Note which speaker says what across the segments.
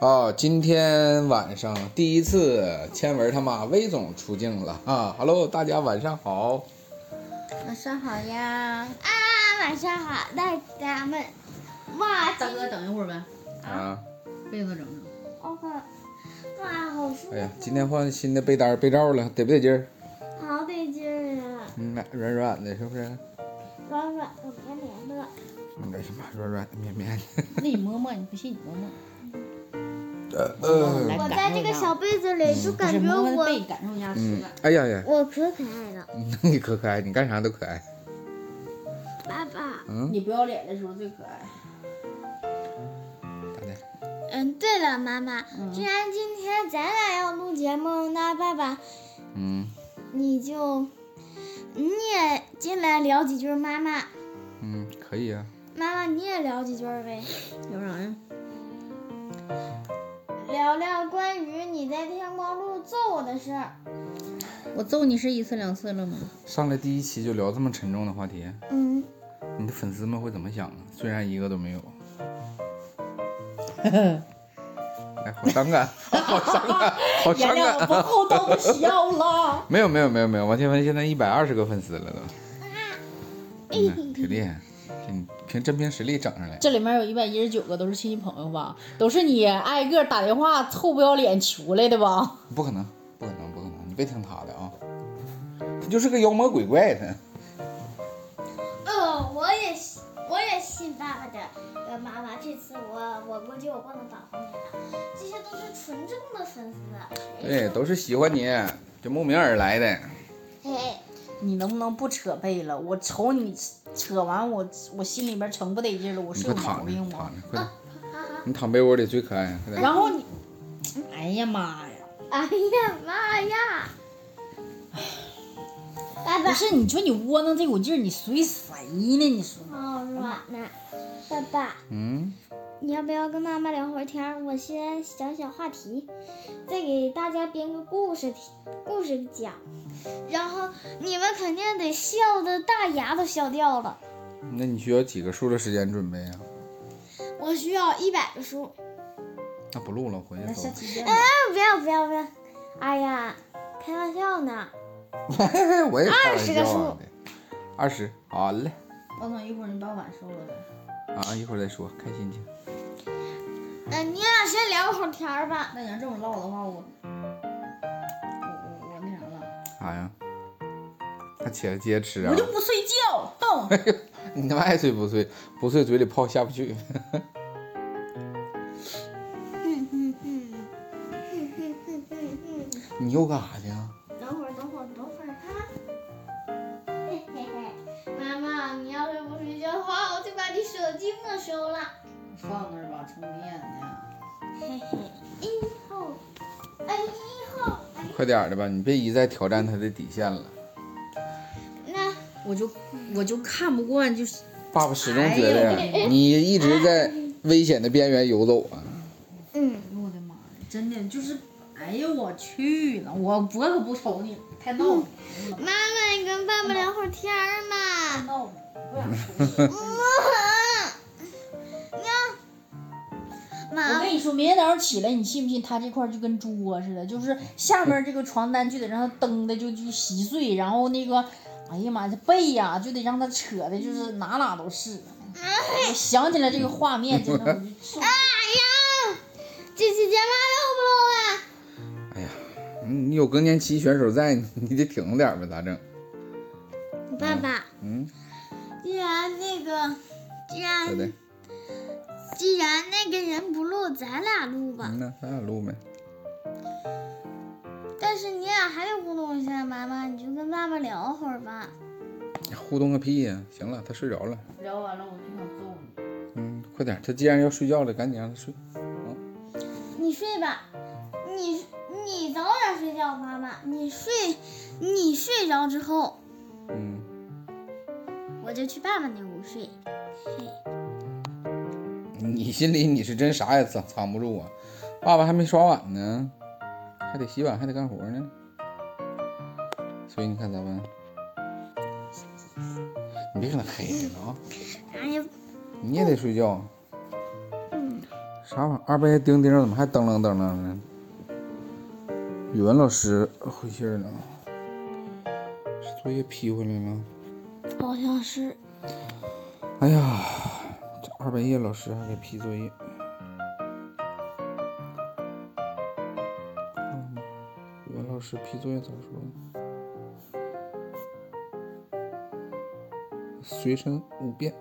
Speaker 1: 啊，今天晚上第一次千文他妈魏总出镜了啊！Hello，大家晚上好。
Speaker 2: 啊
Speaker 3: 晚上好呀！
Speaker 4: 啊，晚上好，大家们。哇，
Speaker 2: 大哥，等一会儿呗，
Speaker 1: 啊，
Speaker 2: 被子整上。
Speaker 4: 我靠！哇，好舒服，
Speaker 1: 哎呀，今天换新的被单被罩了，得不得劲儿？
Speaker 4: 好得劲儿啊，
Speaker 1: 嗯，软软的，是不是？
Speaker 4: 软软的、绵绵的。
Speaker 1: 嗯哎呀妈，软软的绵绵
Speaker 2: 那你摸摸，你不信你摸摸，
Speaker 1: 的。呃，
Speaker 2: 来
Speaker 4: 我
Speaker 2: 感受
Speaker 4: 在这
Speaker 2: 一
Speaker 4: 个
Speaker 2: 下
Speaker 4: 小。被子里就
Speaker 2: 不
Speaker 4: 感
Speaker 2: 是
Speaker 4: 觉
Speaker 2: 摸摸
Speaker 4: 我
Speaker 2: 背，感受一下
Speaker 1: 嗯
Speaker 2: 质感。，
Speaker 1: 哎呀呀，
Speaker 4: 我可可爱了。
Speaker 1: 你可可爱，你干啥都可爱。
Speaker 4: 爸爸，
Speaker 1: 嗯
Speaker 2: 你不要脸的时候最可爱。
Speaker 1: 咋的？
Speaker 4: 嗯，对了，妈妈，既然今天咱俩要录节目，那爸爸
Speaker 1: 嗯
Speaker 4: 你就你也进来聊几句，妈妈，
Speaker 1: 嗯，可以啊。
Speaker 4: 妈妈你也聊几句呗，
Speaker 2: 有啥呀？
Speaker 4: 聊聊关于你在天光路揍我的事儿。
Speaker 2: 我揍你是一次两次了吗？
Speaker 1: 上来第一期就聊这么沉重的话题，
Speaker 4: 嗯，
Speaker 1: 你的粉丝们会怎么想啊？虽然一个都没 有。哎，好伤感，好伤感，好伤感。
Speaker 2: 不厚道的笑了。
Speaker 1: 没有没有没有没有，王千文现在一百二十个粉丝 了都，嗯，挺厉害，凭凭真凭实力整上来。
Speaker 2: 这里面有一百一十九个都是亲戚朋友吧？都是你挨个打电话臭不要脸求来的吧？
Speaker 1: 不可能，不可能，不可能！你别听他的啊，他就是个妖魔鬼怪的。
Speaker 4: 哦，我也信，我也信爸爸的。呃，妈妈，这次我我估计我不能保护你了。这些都是纯正的粉丝。
Speaker 1: 对，都是喜欢你，就慕名而来的。
Speaker 4: 嘿嘿，
Speaker 2: 你能不能不扯背了？我瞅你扯完我，我心里边成不得劲了。我
Speaker 1: 你
Speaker 2: 是
Speaker 1: 快躺着，
Speaker 2: 有毛病
Speaker 1: 躺
Speaker 2: 吗？
Speaker 1: 着，快点！你躺被窝里最可爱，快点！
Speaker 2: 然后你，哎呀妈呀！
Speaker 4: 哎呀妈呀！爸
Speaker 2: 不
Speaker 4: 爸，
Speaker 2: 是，你说你窝囊这股劲儿，你随谁呢？你说
Speaker 4: 好软呐、爸爸，
Speaker 1: 嗯，
Speaker 4: 你要不要跟妈妈聊会儿天儿？我先想想话题，再给大家编个故事听，故事讲，然后你们肯定得笑的大牙都笑掉了。
Speaker 1: 那你需要几个数的时间准备啊？
Speaker 4: 我需要一百个数。
Speaker 1: 那不录了，回去走。
Speaker 2: 期见吧。
Speaker 4: 不要不要不要！哎呀，开玩笑呢。
Speaker 1: 我也开玩
Speaker 4: 20
Speaker 1: 笑
Speaker 4: 个数
Speaker 1: 啊。二十，好嘞。
Speaker 2: 王总，一会儿你把碗收了呗。
Speaker 1: 啊，一会儿再说，开心去。
Speaker 4: 嗯、你俩先聊会儿天儿吧。
Speaker 2: 那你要这么唠的话，我我我我那啥了，
Speaker 1: 啥哎呀？他起来接着吃啊
Speaker 2: 我？就不睡觉， 哼！
Speaker 1: 你他妈爱睡不睡？不睡嘴里泡下不去。 你又干啥去啊？
Speaker 4: 等会儿等会儿等会儿哈。嘿嘿嘿，妈妈，你要是不睡觉的话，我就把你手机没收了。
Speaker 2: 放那儿吧，充电呢。
Speaker 4: 嘿嘿，一号，哎一号，哎。
Speaker 1: 快点儿的吧，你别一再挑战他的底线了。
Speaker 4: 那
Speaker 2: 我就我就看不惯，就是
Speaker 1: 爸爸始终觉得你一直在危险的边缘游走啊。
Speaker 4: 嗯，
Speaker 2: 哎呦我的妈呀，真的就是，哎呦我去了，我我可不瞅你，太闹腾了，
Speaker 4: 妈妈，你跟爸爸聊会儿天儿
Speaker 2: 太
Speaker 4: 嘛。
Speaker 2: 闹腾了， 不想瞅你。
Speaker 4: 妈
Speaker 2: 我跟你说，明天早上起来，你信不信他这块儿就跟猪窝似的，就是下面这个床单就得让他蹬的就就稀碎，然后那个，哎呀妈呀，这背呀、就得让他扯的，就是哪哪都是。我想起来这个画面，真的我就受不了。
Speaker 4: 哎呀，这期节目还录不录了？
Speaker 1: 哎呀，你你有更年期选手在，你你得挺着点儿吧，咋整？
Speaker 4: 爸爸，
Speaker 1: 嗯，
Speaker 4: 既然那个，既
Speaker 1: 对不对
Speaker 4: 然？既然那个人不录，咱俩录吧。
Speaker 1: 嗯呐，咱俩录呗。
Speaker 4: 但是你俩还得互动一下，妈妈，你就跟爸爸聊会儿吧。
Speaker 1: 互动个屁呀！行了，他睡着了。
Speaker 2: 聊完了，我就想揍你。
Speaker 1: 嗯，快点儿，他既然要睡觉了，赶紧让他睡。
Speaker 4: 你睡吧，你你早点睡觉，妈妈。你睡，你睡着之后，
Speaker 1: 嗯。
Speaker 4: 我就去爸爸那屋睡。
Speaker 1: 你心里你是真啥也藏藏不住啊！爸爸还没刷碗呢，还得洗碗，还得干活呢。所以你看咱们，你别搁那黑着了啊！
Speaker 4: 哎呀，
Speaker 1: 你也得睡觉。啊啥玩意儿？二半夜叮叮怎么还噔楞噔楞呢？语文老师回信儿了，是作业批回来了。
Speaker 4: 好像是。
Speaker 1: 哎呀，这二半夜老师还给批作业。嗯语文老师批作业咋说呢？随身五遍。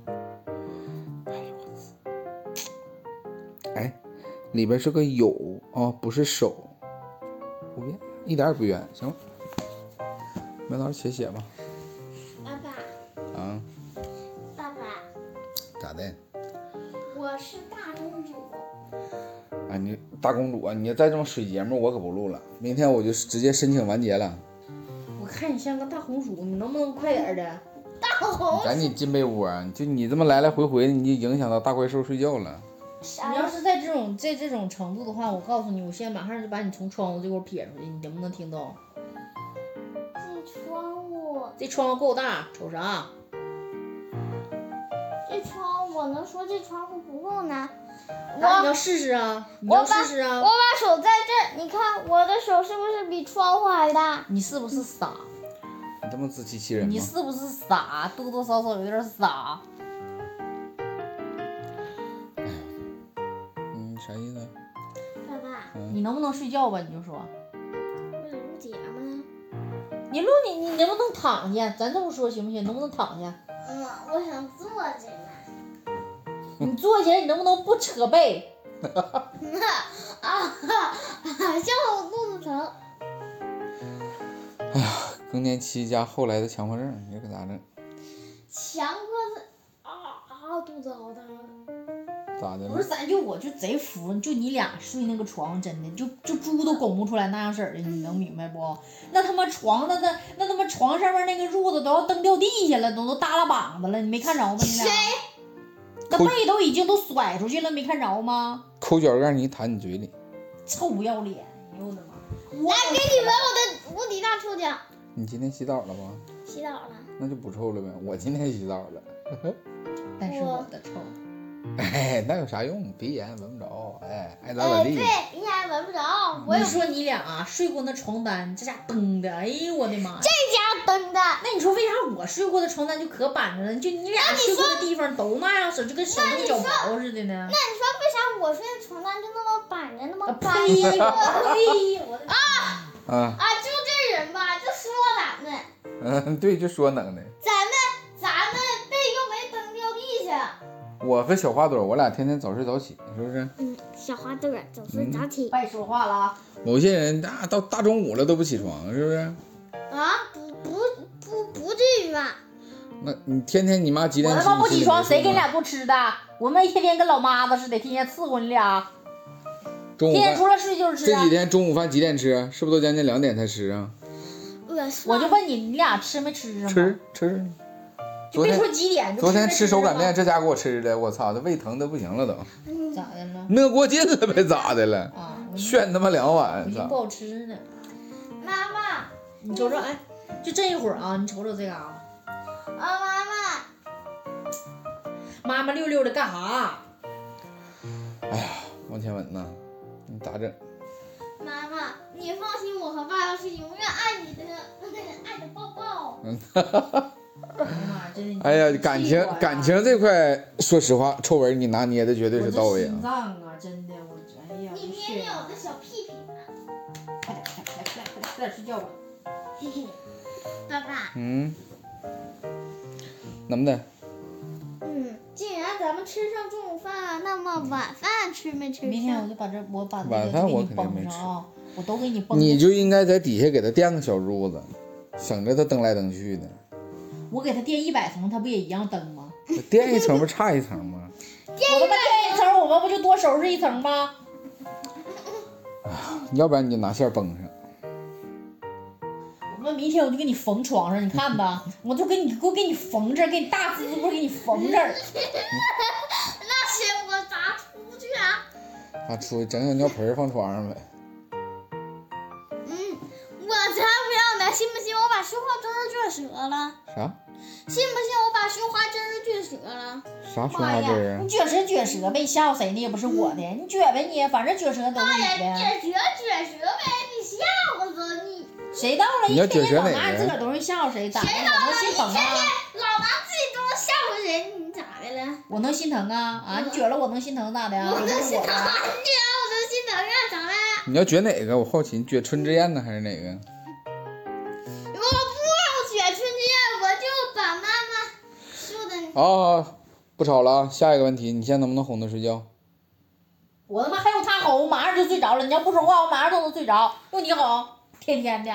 Speaker 1: 哎呦我操！哎，里边是个有哦，不是手，不变，一点儿也不冤，行了。明早上且写吧。
Speaker 4: 爸爸，
Speaker 1: 啊，
Speaker 4: 爸爸，
Speaker 1: 咋的？
Speaker 4: 我是大公主。
Speaker 1: 啊，你大公主啊，你要再这么水节目，我可不录了。明天我就直接申请完结了，
Speaker 2: 我看你像个大红薯，你能不能快点儿的？
Speaker 1: 你赶紧进被窝啊！就你这么来来回回，你就影响到大怪兽睡觉了。
Speaker 2: 你要是在这种在这种程度的话，我告诉你，我现在马上就把你从窗户这块儿撇出去，你能不能听到？
Speaker 4: 这窗户，
Speaker 2: 这窗户够大，瞅啥？
Speaker 4: 这窗户，我能说这窗户不够难。
Speaker 2: 那你要试试啊，你要试试
Speaker 4: 我
Speaker 2: 啊，
Speaker 4: 把手在这儿，你看我的手是不是比窗户还大？
Speaker 2: 你是不是傻？
Speaker 1: 你这么自欺欺人
Speaker 2: 你
Speaker 1: 吗？
Speaker 2: 是不是傻？多多少少有点傻。
Speaker 1: 嗯，啥意思啊？
Speaker 4: 爸爸，
Speaker 1: 嗯
Speaker 2: 你能不能睡觉吧？你就说，
Speaker 4: 不是录节目呢？
Speaker 2: 你录你你能不能躺下？咱这么说行不行？能不能躺下？
Speaker 4: 嗯，我想坐着呢。
Speaker 2: 你坐起来，你能不能不扯背？
Speaker 4: 啊哈，笑我肚子疼。
Speaker 1: 更年期加后来的强迫症，你这可咋整？
Speaker 4: 强哥子啊啊，肚子好疼。
Speaker 1: 咋的
Speaker 2: 不
Speaker 1: 了
Speaker 2: 是，？咱就我就贼服，就你俩睡那个床，真的就就猪都拱不出来那样式儿的，你能明白不？那他妈床，那那那他妈床上面那个褥子都要蹬掉地下了，都都耷拉膀子了，你没看着吗？你俩，那
Speaker 1: 抠
Speaker 2: 被都已经都甩出去了，没看着吗？
Speaker 1: 抠脚盖，你一弹你嘴里，
Speaker 2: 臭不要脸！哎呦我的妈！
Speaker 4: 来，给你闻我的无敌大臭脚。
Speaker 1: 你今天洗澡了吗？
Speaker 4: 洗澡了，
Speaker 1: 那就不臭了呗。我今天洗澡了。
Speaker 2: 但是
Speaker 4: 我
Speaker 2: 我的臭，
Speaker 1: 哎，那有啥用？鼻炎闻不着，哎，爱咋咋
Speaker 4: 哎，
Speaker 1: 地。
Speaker 4: 对，你还闻不着，我
Speaker 2: 我
Speaker 4: 有
Speaker 2: 说你俩、啊、睡过那床单，这家蹬的，哎呦我的妈呀！
Speaker 4: 家灯的。
Speaker 2: 那你说为啥我睡过的床单就可板着了？就你俩睡过的地方都那样式儿，就跟手动脚毛似的呢？
Speaker 4: 那你说为啥我睡的床单就那么板着，那么
Speaker 2: 啊
Speaker 4: 干
Speaker 2: 呸！呸！我的
Speaker 1: 啊，
Speaker 4: 啊？就这人吧，就说咱们，
Speaker 1: 嗯， 对，就说能的。
Speaker 4: 咱们咱们被又没蹬掉地下。
Speaker 1: 我和小花朵，我俩天天早睡早起，是不是？
Speaker 4: 嗯，小花豆儿早睡早起、
Speaker 2: 别说话了啊！
Speaker 1: 某些人大到大中午了都不起床，是不是？
Speaker 4: 啊，不不不不至于吧？
Speaker 1: 那你天天你妈几
Speaker 2: 我
Speaker 1: 点
Speaker 2: 他
Speaker 1: 起？
Speaker 2: 妈不
Speaker 1: 你
Speaker 2: 起
Speaker 1: 心里没
Speaker 2: 床，谁
Speaker 1: 数
Speaker 2: 给
Speaker 1: 吗
Speaker 2: 你？俩做吃的？我们一天天跟老妈子似的，天天伺候你俩，
Speaker 1: 中午
Speaker 2: 天天除
Speaker 1: 饭
Speaker 2: 了睡就是吃
Speaker 1: 哎这
Speaker 2: 啊
Speaker 1: 几。天中午饭几点吃？啊是不是都将近两点才吃啊？
Speaker 4: 我算
Speaker 2: 我就问你，你俩吃没吃啊？
Speaker 1: 吃，吃。
Speaker 2: 就
Speaker 1: 昨
Speaker 2: 别
Speaker 1: 天
Speaker 2: 说几点，就
Speaker 1: 昨天
Speaker 2: 没
Speaker 1: 吃
Speaker 2: 吃
Speaker 1: 手擀面，
Speaker 2: 啊
Speaker 1: 这家给我吃的，我操，这胃疼的不行了都，
Speaker 2: 咋的了？
Speaker 1: 没过劲了呗，咋的了？
Speaker 2: 啊，我寻
Speaker 1: 炫他妈两
Speaker 2: 我
Speaker 1: 碗，
Speaker 2: 寻思不
Speaker 1: 操！
Speaker 2: 好吃呢。
Speaker 4: 妈妈，
Speaker 2: 你瞅瞅，哎，就这一会儿啊，你瞅瞅这嘎、啊，
Speaker 4: 啊妈妈，
Speaker 2: 妈妈溜溜的干啊啥？
Speaker 1: 王千文呐，你咋整？
Speaker 4: 妈妈，你放心，我和爸爸是永远爱你的，爱的抱抱。
Speaker 2: 哎呀妈，真的！
Speaker 1: 哎呀，感情感情这块，说实话，臭文你拿捏的绝对
Speaker 2: 我
Speaker 1: 是
Speaker 2: 这
Speaker 1: 到位
Speaker 2: 心
Speaker 1: 啊！
Speaker 2: 脏啊，真的，我哎呀，
Speaker 4: 你捏捏我的小屁屁吧，
Speaker 2: 快点快点快点快点快点睡觉吧。
Speaker 4: 嘿嘿。爸爸，
Speaker 1: 嗯，能不能？
Speaker 4: 嗯，既然咱们吃上中午饭了，那么晚饭吃没吃上？
Speaker 2: 明天我就把这我把
Speaker 1: 晚
Speaker 2: 那
Speaker 1: 饭
Speaker 2: 个
Speaker 1: 我
Speaker 2: 都给你
Speaker 1: 肯定
Speaker 2: 绷
Speaker 1: 没
Speaker 2: 上
Speaker 1: 吃
Speaker 2: 啊，我都给你绷
Speaker 1: 你
Speaker 2: 上。
Speaker 1: 就应该在底下给它垫个小褥子，省着它蹬来蹬 去的。
Speaker 2: 我给他垫一百层，他不也一样蹬吗？
Speaker 1: 垫一层不差一层吗？
Speaker 2: 我他妈垫一层，我们不就多收拾一层吗？
Speaker 1: 要不然你就拿线儿绷上。
Speaker 2: 我们明天我就给你缝床上，你看吧，我就给你给我给你缝这儿，给你大滋不给你缝这儿。
Speaker 4: 那些我砸出去啊！
Speaker 1: 啊，出去整整尿盆儿放床上呗。
Speaker 4: 嗯，我才不要呢！信不信我把书画桌儿卷折了？
Speaker 1: 啥？
Speaker 4: 信不信我把菊花针儿撅折了？
Speaker 1: 啥说话
Speaker 2: 妈呀
Speaker 1: 这儿，啊
Speaker 2: 你？撅是撅折呗，吓唬谁呢？又不是我的，你撅呗你，反正撅折都是你的。
Speaker 4: 撅折撅折呗，你吓唬死你！
Speaker 2: 谁到了
Speaker 1: 你
Speaker 2: 一
Speaker 1: 要
Speaker 2: 天天
Speaker 1: 撅折
Speaker 2: 老
Speaker 1: 哪
Speaker 2: 妈
Speaker 1: 个
Speaker 2: 自个儿都是吓唬谁，咋的？我能心疼啊？
Speaker 4: 老拿自己东西吓唬谁？你咋的了？
Speaker 2: 我能心疼啊？啊，你撅了我能心疼咋的啊？
Speaker 4: 我
Speaker 2: 不
Speaker 4: 能
Speaker 2: 是
Speaker 4: 心疼，你
Speaker 2: 的
Speaker 4: 让我能心疼干啥呀？
Speaker 1: 你要撅哪个？我好奇，你撅春之宴呢还是哪个？
Speaker 4: 我不让撅春之宴，我就把妈妈说的
Speaker 1: 啊，不吵了，啊，下一个问题，你现在能不能哄她睡觉？
Speaker 2: 我他妈还用他吼，我马上就睡着了。你要不说话，我马上都能睡着。用你吼，天天的。